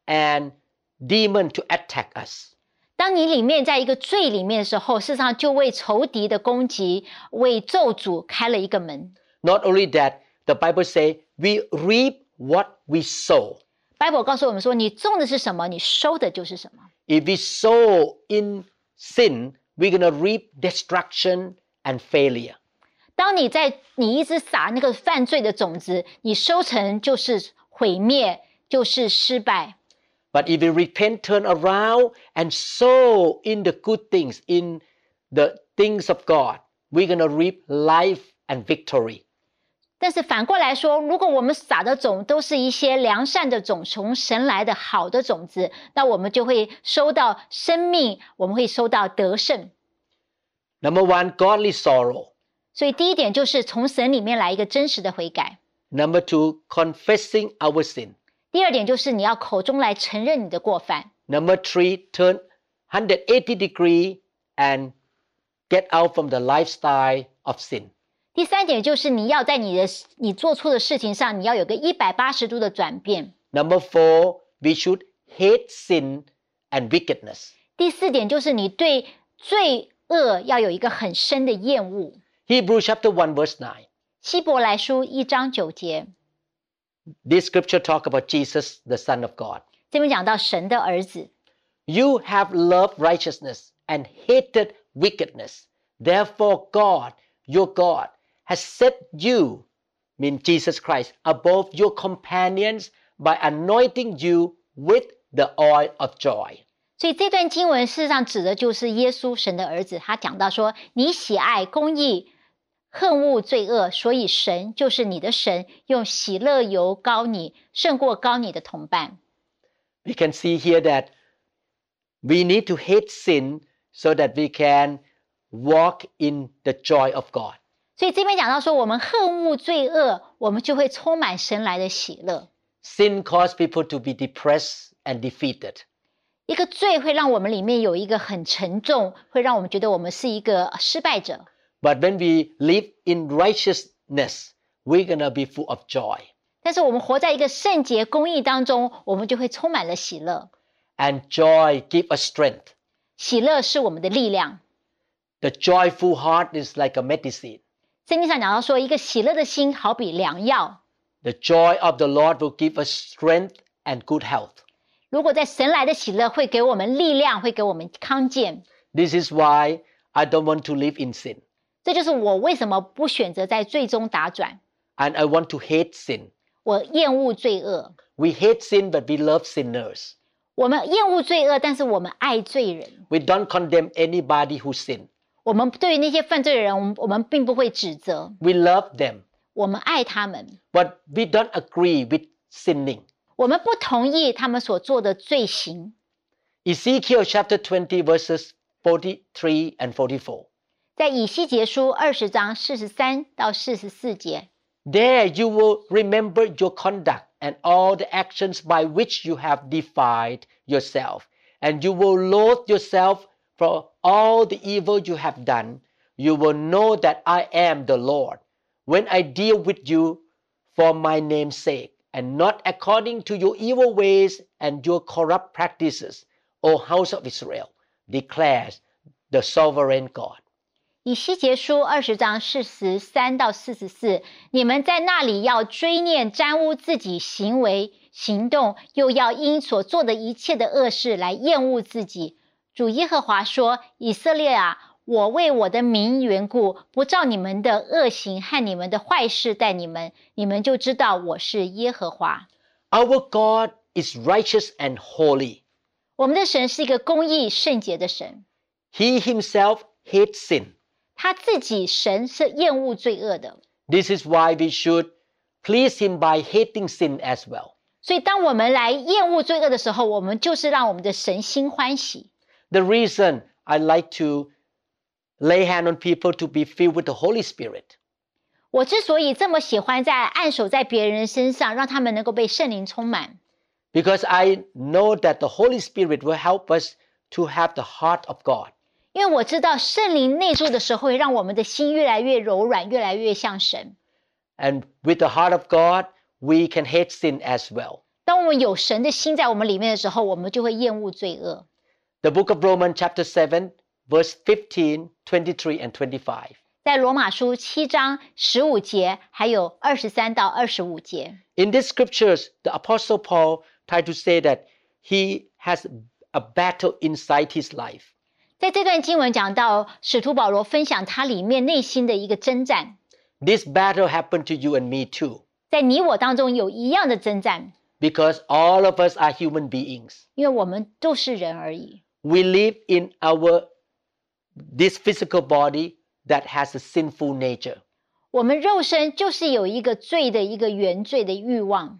A: and demon to attack us.
B: 当你里面在一个罪里面的时候，事实上就为仇敌的攻击、为咒诅开了一个门。
A: Not only that, the Bible says we reap what we sow.
B: Bible 告诉我们说，你种的是什么，你收的就是什么。
A: If we sow in sin, we're going to reap destruction and failure.
B: 当你在你一直撒那个犯罪的种子，你收成就是毁灭，就是失败。
A: But if we repent, turn around, and sow in the good things, in the things of God, we're going to reap life and victory.
B: 但是反过来说，如果我们撒的种都是一些良善的种，从神来的好的种子，那我们就会收到生命，我们会收到得胜。
A: Number one, godly sorrow.
B: 所以第一点就是从神里面来一个真实的悔改。
A: Number two, confessing our sin.
B: 第二点就是你要口中来承认你的过犯。
A: Number three, turn 180 degree and get out from the lifestyle of sin.
B: 第三点就是你要在你的你做错的事情上，你要有个一百八十度的转变。
A: Number four, we should hate sin and wickedness.
B: 第四点就是你对罪恶要有一个很深的厌恶。
A: Hebrews chapter 1 verse 9.
B: 希伯来书一章九节，
A: This scripture talk about Jesus, the Son of God.
B: 这边讲到神的儿子，
A: You have loved righteousness and hated wickedness. Therefore, God, your God, has set you, mean Jesus Christ, above your companions by anointing you with the oil of joy.
B: 所以这段经文事实上指的就是耶稣，神的儿子。他讲到说：“你喜爱公义，恨恶罪恶，所以神就是你的神，用喜乐油膏你，胜过膏你的同伴。”
A: We can see here that we need to hate sin so that we can walk in the joy of God.
B: 所以这边讲到说，我们恨恶罪恶，我们就会充满神来的喜乐。
A: Sin caused people to be depressed and defeated.
B: 一个罪会让我们里面有一个很沉重，会让我们觉得我们是一个呃失败者。
A: But when we live in righteousness, we're going to be full of joy.
B: 但是我们活在一个圣洁公义当中，我们就会充满了喜乐。
A: And joy give us strength.
B: 喜乐是我们的力量。
A: The joyful heart is like a medicine.
B: 圣经上讲到说，一个喜乐的心好比良药。
A: The joy of the Lord will give us strength and good health.
B: 如果在神来的喜乐，会给我们力量，会给我们康健。
A: This is why I don't want to live in sin.
B: 这就是我为什么不选择在最终打转。
A: And I want to hate sin.
B: 我厌恶罪恶，
A: We hate sin, but we love sinners.
B: 我们厌恶罪恶，但是我们爱罪人。
A: We don't condemn anybody who sin.
B: 我们对于那些犯罪的人，我们我们并不会指责，
A: We love them,
B: 我们爱他们，
A: but we don't agree with sinning.
B: 我们不同意他们所做的罪行。
A: Ezekiel chapter 20, verses 43 and 44.
B: 在以西结书二十章四十三到四十四节，
A: There you will remember your conduct and all the actions by which you have defiled yourself, and you will loathe yourself for all the evil you have done, you will know that I am the Lord when I deal with you for my name's sake, and not according to your evil ways and your corrupt practices, O house of Israel, declares the sovereign God.
B: 以西结书二十章四十三到四十四，你们在那里要追念沾污自己行为行动，又要因所做的一切的恶事来厌恶自己。主耶和华说：“以色列啊，我为我的名缘故，不照你们的恶行和你们的坏事待你们，你们就知道我是耶和华。
A: Our God is righteous and holy.
B: 我们的神是一个公义圣洁的神，
A: He himself hates sin.
B: 他自己神是厌恶罪恶的。
A: This is why we should please him by hating sin as well.
B: 所以，当我们来厌恶罪恶的时候，我们就是让我们的神心欢喜。
A: The reason I like to lay hand on people to be filled with the Holy Spirit
B: 我之所以这么喜欢在按手在别人身上，让他们能够被圣灵充满，
A: because I know that the Holy Spirit will help us to have the heart of God.
B: 因为我知道圣灵内住的时候，会让我们的心越来越柔软，越来越像神。
A: And with the heart of God, we can hate sin as well.
B: 当我们有神的心在我们里面的时候，我们就会厌恶罪恶。
A: The book of Romans, chapter 7, verse 15, 23, and 25.
B: 在罗马书七章十五节，还有二十三到二十五节，
A: In these scriptures, the Apostle Paul tried to say that he has a battle inside his life.
B: 在这段经文讲到使徒保罗分享他里面内心的一个征战，
A: This battle happened to you and me too,
B: 在你我当中有一样的征战，
A: because all of us are human beings.
B: 因为我们都是人而已。
A: We live in our this physical body that has a sinful nature.
B: 我们肉身就是有一个罪的一个原罪的欲望。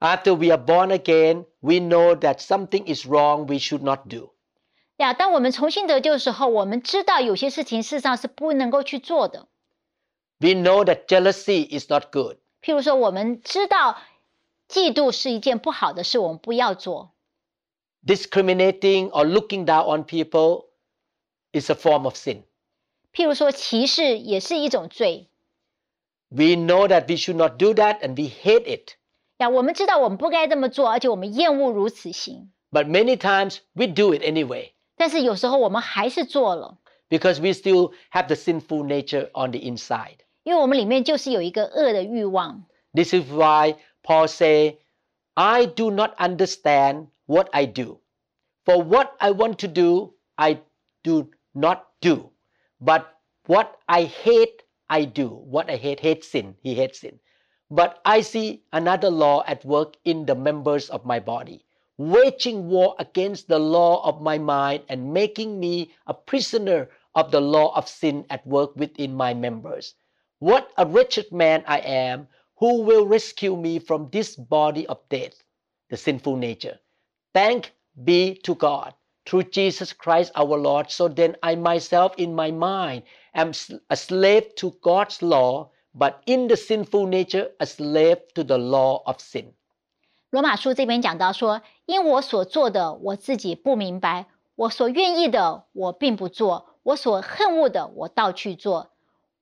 A: After we are born again, we know that something is wrong we should not do.
B: 呀，当我们重新得救的时候，我们知道有些事情事实上是不能够去做的。
A: We know that jealousy is not good.
B: 譬如说，我们知道嫉妒是一件不好的事，我们不要做。
A: Discriminating or looking down on people is a form of sin.
B: 譬如说，歧视也是一种罪。
A: We know that we should not do that and we hate it.
B: 呀，我们知道我们不该这么做，而且我们厌恶如此行。
A: But many times we do it anyway
B: 但是有时候我们还是做了，
A: because we still have the sinful nature on the inside.
B: 因为我们里面就是有一个恶的欲望。
A: This is why Paul say, I do not understand what I do. For what I want to do, I do not do. But what I hate, I do. What I hate, hate sin. He hates sin. But I see another law at work in the members of my body, waging war against the law of my mind and making me a prisoner of the law of sin at work within my members. What a wretched man I am! Who will rescue me from this body of death, the sinful nature? Thank be to God through Jesus Christ our Lord. So then I myself in my mind am s- a slave to God's law, but in the sinful nature, a slave to the law of sin.
B: 罗马书这边讲到说，因我所做的，我自己不明白；我所愿意的，我并不做；我所恨恶的，我倒去做。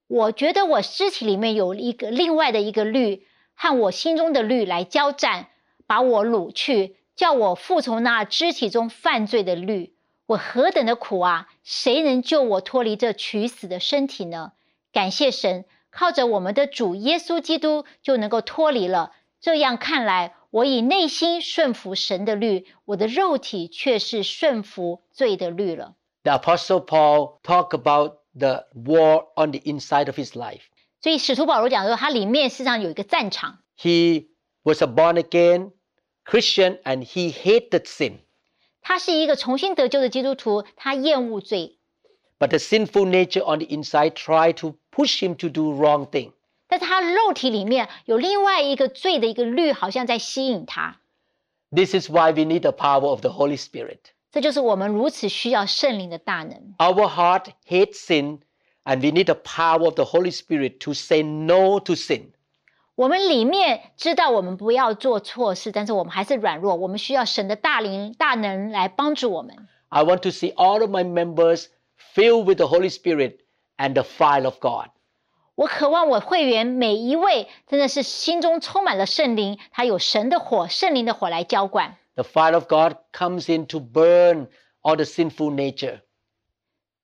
B: 我觉得我肢体里面有一个另外的一个律，和我心中的律来交战，把我掳去，叫我服从那肢体中犯罪的律。我何等的苦啊！谁能救我脱离这取死的身体呢？感谢神，靠着我们的主耶稣基督就能够脱离了。这样看来，我以内心顺服神的律，我的肉体却是顺服罪的律了。
A: The Apostle Paul talked about the war on the inside of his life.
B: 所以使徒保罗讲说，它里面事实上有一个战场。
A: He was a born again Christian and he hated sin.
B: 他是一个重新得救的基督徒，他厌恶罪，
A: But the sinful nature on the inside tried to push him to do wrong thing.
B: 但是他肉体里面有另外一个罪的一个律，好像在吸引他。
A: This is why we need the power of the Holy Spirit.
B: 这就是我们如此需要圣灵的大能。
A: Our heart hates sin, and we need the power of the Holy Spirit to say no to sin.
B: 我们里面知道我们不要做错事，但是我们还是软弱，我们需要神的大灵大能来帮助我们。
A: I want to see all of my members filled with the Holy Spirit and the fire of God.
B: 我渴望我会员每一位真的是心中充满了圣灵，他有神的火、圣灵的火来浇灌。
A: The fire of God comes in to burn all the sinful nature.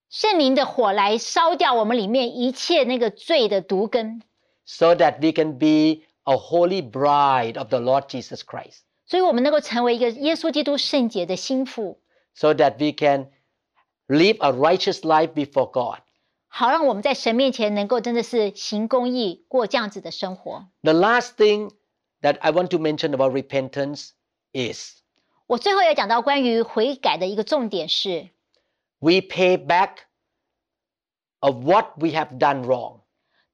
B: 圣灵的火来烧掉我们里面一切那个罪的毒根，
A: so that we can be a holy bride of the Lord Jesus Christ,
B: 所以我们能够成为一个耶稣基督圣洁的心腹，
A: so that we can live a righteous life before God.
B: 好让我们在神面前能够真的是行公义，过这样子的生活。
A: The last thing that I want to mention about repentance is
B: 我最后要讲到关于悔改的一个重点是，
A: we pay back of what we have done wrong.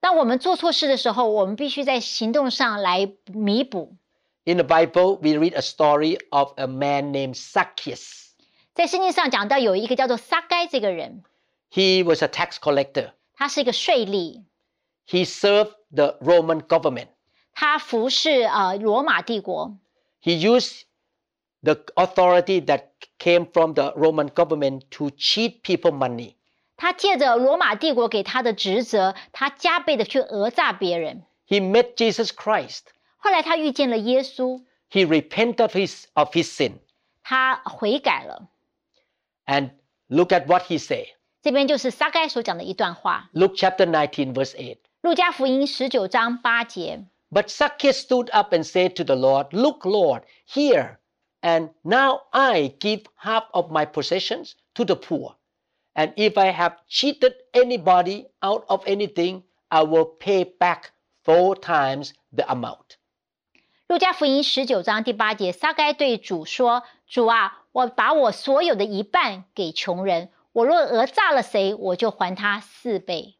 B: 当我们做错事的时候，我们必须在行动上来弥补。
A: In the Bible, we read a story of a man named Zacchaeus.
B: 在圣经上讲到有一个叫做撒该这个人，
A: He was a tax collector.
B: 他是一个税吏，
A: He served the Roman government.
B: 他服侍呃罗马帝国，
A: He used the authority that came from the Roman government to cheat people money.
B: 他借着罗马帝国给他的职责，他加倍的去讹诈别人。
A: He met Jesus Christ.
B: 后来他遇见了耶稣，
A: He repented of his, of his sin.
B: 他悔改了。
A: And look at what he said.
B: 这边就是撒该所讲的一段话，
A: Luke chapter 19, verse 8.
B: 《路加福音》十九章八节。
A: But Zacchaeus stood up and said to the Lord, Look, Lord, here, and now I give half of my possessions to the poor. And if I have cheated anybody out of anything, I will pay back four times the amount.
B: 路加福音十九章第八节，撒该对主说：“主啊，我把我所有的一半给穷人，我若讹诈了谁，我就还他四倍。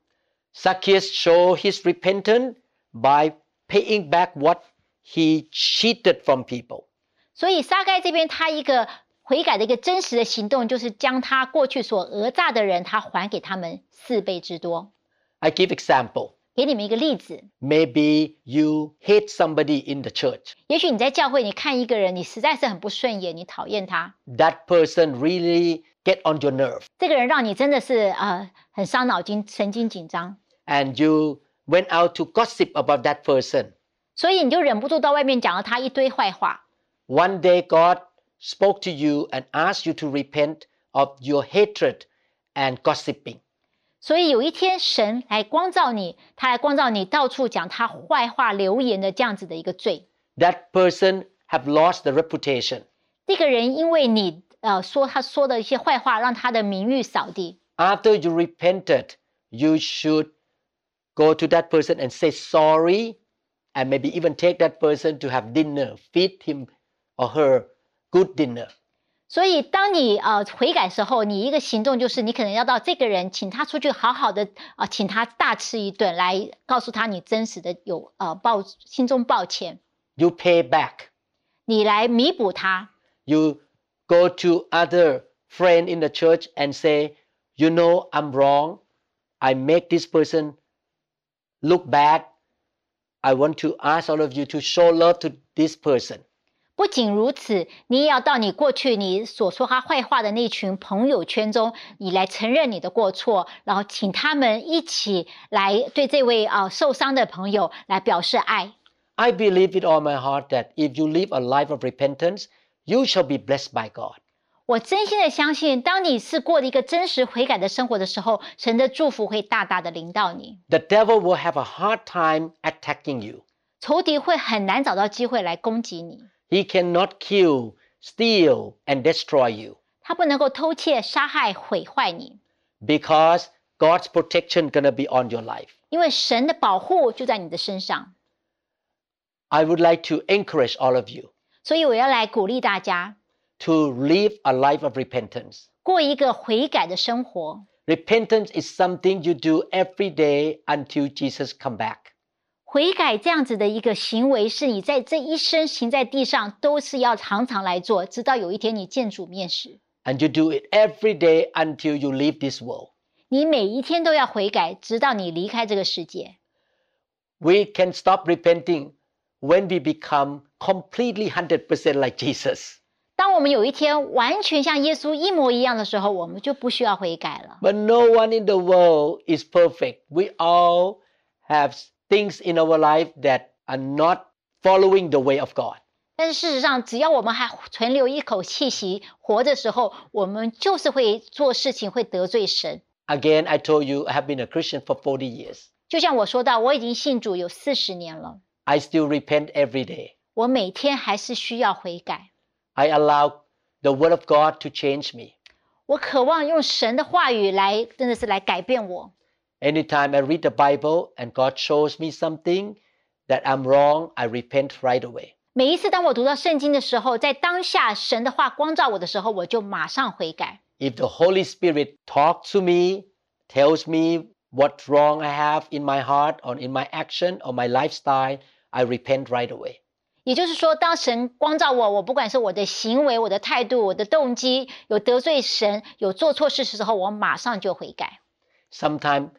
A: Zacchaeus showed his repentance by paying back what he cheated from people. ”
B: 所以撒该这边他一个悔改的一个真实的行动，就是将他过去所讹诈的人，他还给他们四倍之多。
A: I give example.
B: 给你们一个例子，
A: Maybe you hate somebody in the church.
B: 也许你在教会，你看一个人，你实在是很不顺眼，你讨厌他，
A: That person really get on your nerve,
B: 这个人让你真的是呃很伤脑筋、神经紧张，
A: and you went out to gossip about that person.
B: 所以你就忍不住到外面讲了他一堆坏话。
A: One day God spoke to you and asked you to repent of your hatred and gossiping.
B: 所以有一天，神来光照你，他来光照你到处讲他坏话、流言的这样子的一个罪。
A: That person have lost the reputation.
B: 这个人因为你呃说他说的一些坏话，让他的名誉扫地。
A: after you repented, you should go to that person and say sorry, and maybe even take that person to have dinner, feed him or her good dinner.
B: 所以，当你呃悔改时候，你一个行动就是你可能要到这个人，请他出去好好的啊、呃请他大吃一顿，来告诉他你真实的有呃抱心中抱歉，
A: You pay back.
B: 你来弥补他。
A: You go to other friend in the church and say, you know, I'm wrong. I make this person look bad. I want to ask all of you to show love to this person.
B: 不仅如此，你也要到你过去你所说他坏话的那群朋友圈中，你来承认你的过错，然后请他们一起来对这位啊、呃受伤的朋友来表示爱。
A: I believe with all my heart that if you live a life of repentance, you shall be blessed by God.
B: 我真心的相信，当你是过了一个真实悔改的生活的时候，神的祝福会大大的临到你，
A: The devil will have a hard time attacking you.
B: 仇敌会很难找到机会来攻击你，
A: He cannot kill, steal, and destroy you
B: 他不能够偷窃、杀害、毁坏你，
A: because God's protection gonna be on your life.
B: 因为神的保护就在你的身上。
A: I would like to encourage all of you
B: 所以我要来鼓励大家，
A: to live a life of repentance.
B: 过一个悔改的生活。
A: Repentance is something you do every day until Jesus come back.
B: 悔改这样子的一个行为，是你在这一生行在地上都是要常常来做，直到有一天你见主面世。
A: And you do it every day until you leave this world.
B: 你每一天都要悔改，直到你离开这个世界。
A: we can stop repenting when we become completely 100% like Jesus.
B: 当我们有一天完全像耶稣一模一样的时候，我们就不需要悔改了。
A: But no one in the world is perfect. We all have things in our life that are not following the way of God.
B: 但是事实上，只要我们还存留一口气息活的时候，我们就是会做事情会得罪神。
A: Again, I told you I have been a Christian for 40 years.
B: 就像我说到，我已经信主有四十年了，
A: I still repent every day.
B: 我每天还是需要悔改。
A: I allow the word of God to change me.
B: 我渴望用神的话语来，真的是来改变我。
A: Anytime I read the Bible and God shows me something that I'm wrong, I repent right away.
B: 每一次当我读到圣经的时候，在当下神的话光照我的时候，我就马上悔改。
A: If the Holy Spirit talks to me, tells me what wrong I have in my heart or in my action or my lifestyle, I repent right away.
B: 也就是说，当神光照我，我不管是我的行为、我的态度、我的动机有得罪神、有做错事的时候，我马上就悔改。
A: Sometimes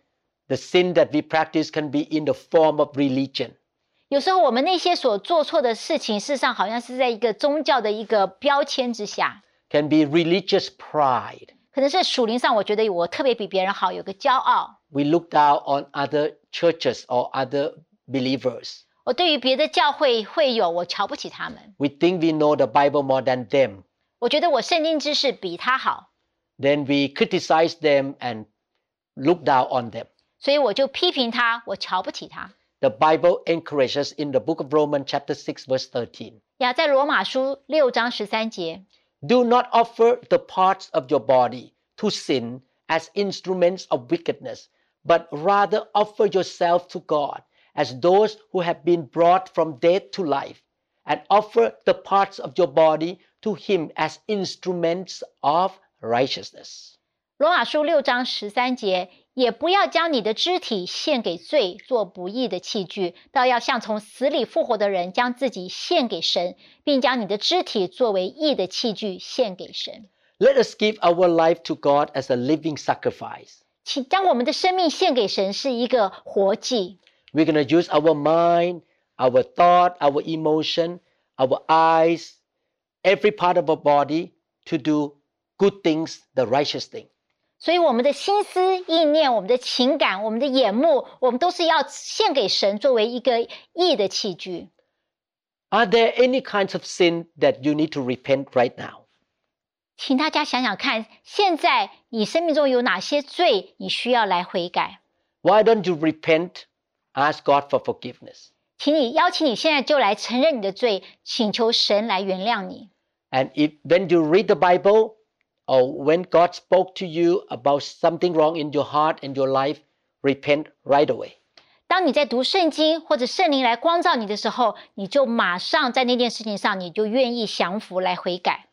A: the sin that we practice can be in the form of religion.
B: 有时候我们那些所做错的事情，事实上好像是在一个宗教的一个标签之下，
A: can be religious pride.
B: 可能是属灵上，我觉得我特别比别人好，有个骄傲。
A: We look down on other churches or other believers.
B: 我对于别的教会会有我瞧不起他们，
A: We think we know the Bible more than them.
B: 我觉得我圣经知识比他好，
A: Then we criticize them and look down on them.
B: 所以我就批评他，我瞧不起他。
A: The Bible encourages in the book of Romans, chapter 6, verse 13.
B: 呀，在罗马书六章十三节，
A: Do not offer the parts of your body to sin as instruments of wickedness, but rather offer yourself to God as those who have been brought from death to life, and offer the parts of your body to Him as instruments of righteousness.
B: 罗马书六章十三节，也不要将你的肢体献给罪，做不义的器具，倒要像从死里复活的人，将自己献给神，并将你的肢体作为义的器具献给神。
A: Let us give our life to God as a living sacrifice.
B: 请将我们的生命献给神，是一个活祭。
A: We're going to use our mind, our thought, our emotion, our eyes, every part of our body to do good things, the righteous thing.
B: 所以，我们的心思、意念、我们的情感、我们的眼目，我们都是要献给神，作为一个义的器具。
A: Are there any kinds of sin that you need to repent right now?
B: 请大家想想看，现在你生命中有哪些罪，你需要来悔改？
A: Why don't you repent? Ask God for forgiveness.
B: 请你邀请你现在就来承认你的罪，请求神来原谅你。
A: And if when you read the Bible or when God spoke to you about something wrong in your heart and your life, repent right away.
B: 当你在读圣经或者圣灵来光照你的时候，你就马上在那件事情上，你就愿意降服来悔改。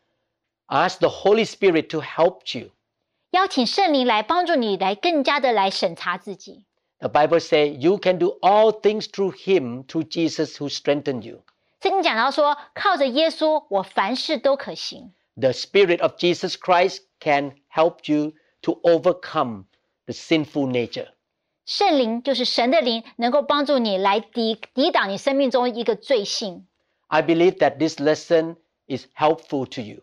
A: Ask the Holy Spirit to help you.
B: 邀请圣灵来帮助你，来更加的来审查自己。
A: The Bible says you can do all things through him through Jesus who strengthened you.
B: 圣经讲到说，靠着耶稣，我凡事都可行。
A: The spirit of Jesus Christ can help you to overcome the sinful nature.
B: 圣灵就是神的灵，能够帮助你来抵抵挡你生命中一个罪性。
A: I believe that this lesson is helpful to you.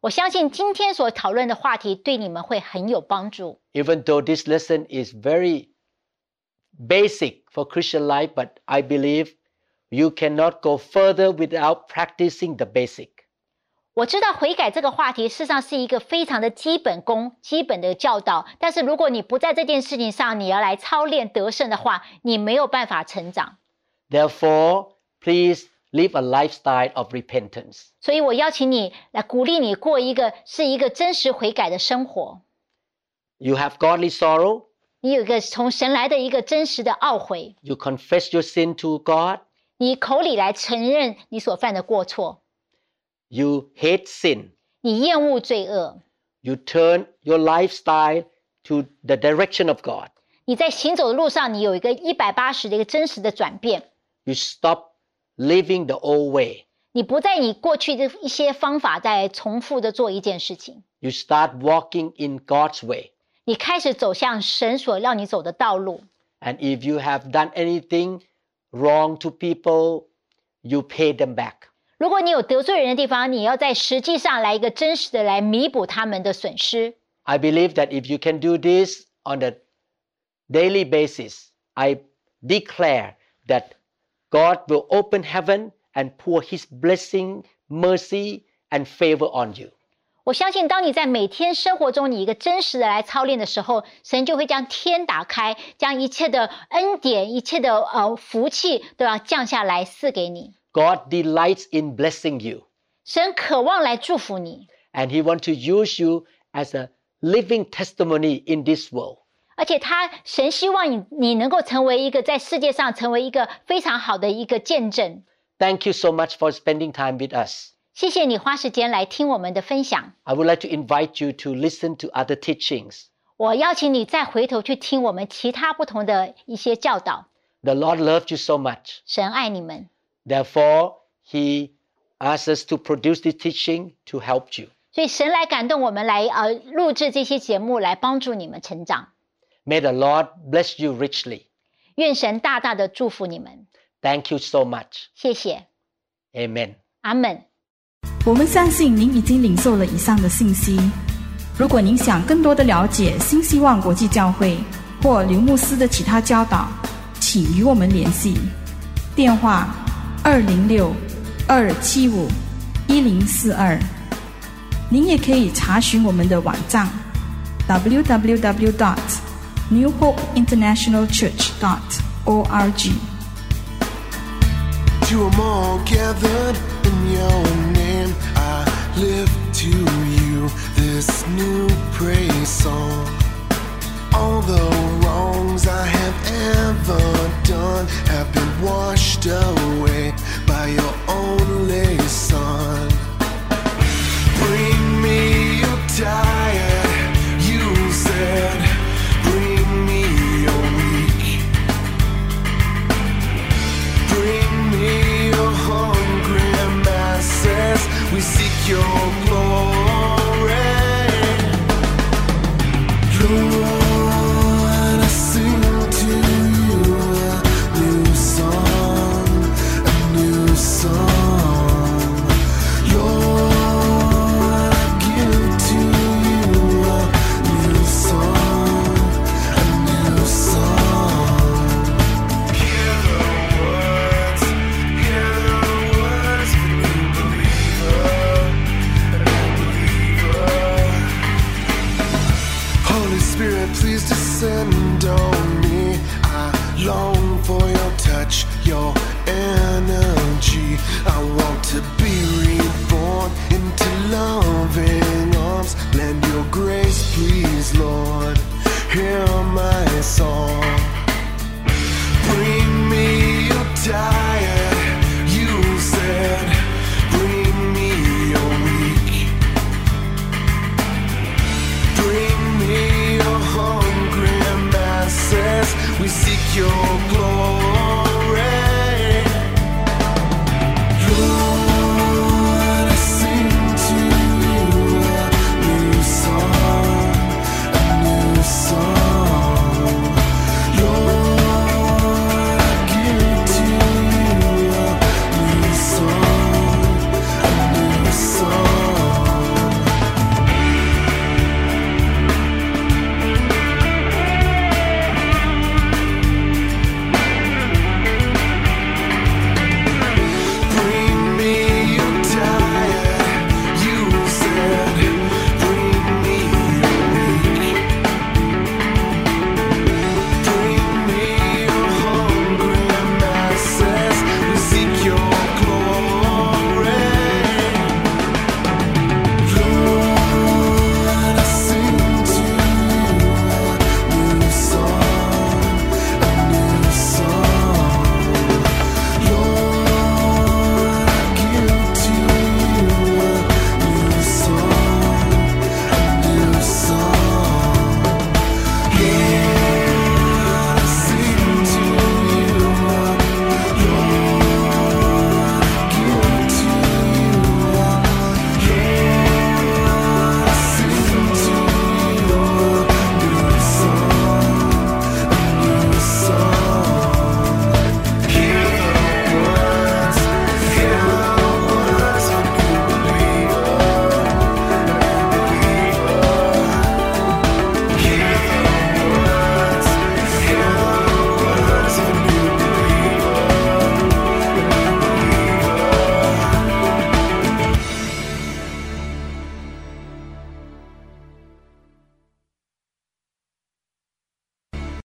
B: 我相信今天所讨论的话题对你们会很有帮助。
A: Even though this lesson is very basic for Christian life, but I believe you cannot go further without practicing the basic.
B: 我知道悔改这个话题事实上是一个非常的基本功、基本的教导，但是如果你不在这件事情上，你要来操练得胜的话，你没有办法成长。
A: Therefore, please live a lifestyle of repentance.
B: 所以我邀请你来鼓励你过一个是一个真实悔改的生活。
A: You have godly sorrow,
B: 你有一个从神来的一个真实的懊悔，
A: you confess your sin to God,
B: 你口里来承认你所犯的过错，
A: you hate sin,
B: 你厌恶罪恶，
A: you turn your lifestyle to the direction of God.
B: 你在行走的路上，你有一个一百八十的一个真实的转变，
A: You stop living the old way.
B: 你不再以过去的一些方法在重复的做一件事情。
A: You start walking in God's way.
B: 你开始走向神所让你走的道路。
A: And if you have done anything wrong to people, you pay them back.
B: 如果你有得罪人的地方，你要在实际上来一个真实的来弥补他们的损失。
A: I believe that if you can do this on a daily basis, I declare that God will open heaven and pour his blessing, mercy, and favor on you.
B: 我相信，当你在每天生活中，你一个真实的来操练的时候，神就会将天打开，将一切的恩典、一切的呃福气都要降下来赐给你。
A: God delights in blessing you,
B: 神渴望来祝福你，
A: and he wants to use you as a living testimony in this world.
B: 而且他神希望你你能够成为一个在世界上成为一个非常好的一个见证。
A: Thank you so much for spending time with us.
B: 谢谢你花时间来听我们的分享，
A: I would like to invite you to listen to other teachings.
B: 我邀请你再回头去听我们其他不同的一些教导。
A: The Lord loved you so much.
B: 神爱你们，
A: Therefore, He asked us to produce this teaching to help you.
B: 所以神来感动我们来呃录制这些节目来帮助你们成长。
A: May the Lord bless you richly.
B: 愿神大大的祝福你们，
A: Thank you so much.
B: 谢谢，
A: Amen.
B: 阿门。
C: 我们相信您已经领受了以上的信息。如果您想更多的了解新希望国际教会或刘牧师的其他教导，请与我们联系，电话二零六二七五一零四二。您也可以查询我们的网站 www.dot new hope international church dot org。
D: To 'em all gathered in your name, I lift to you this new praise song. All the wrongs I have ever done have been washed away by your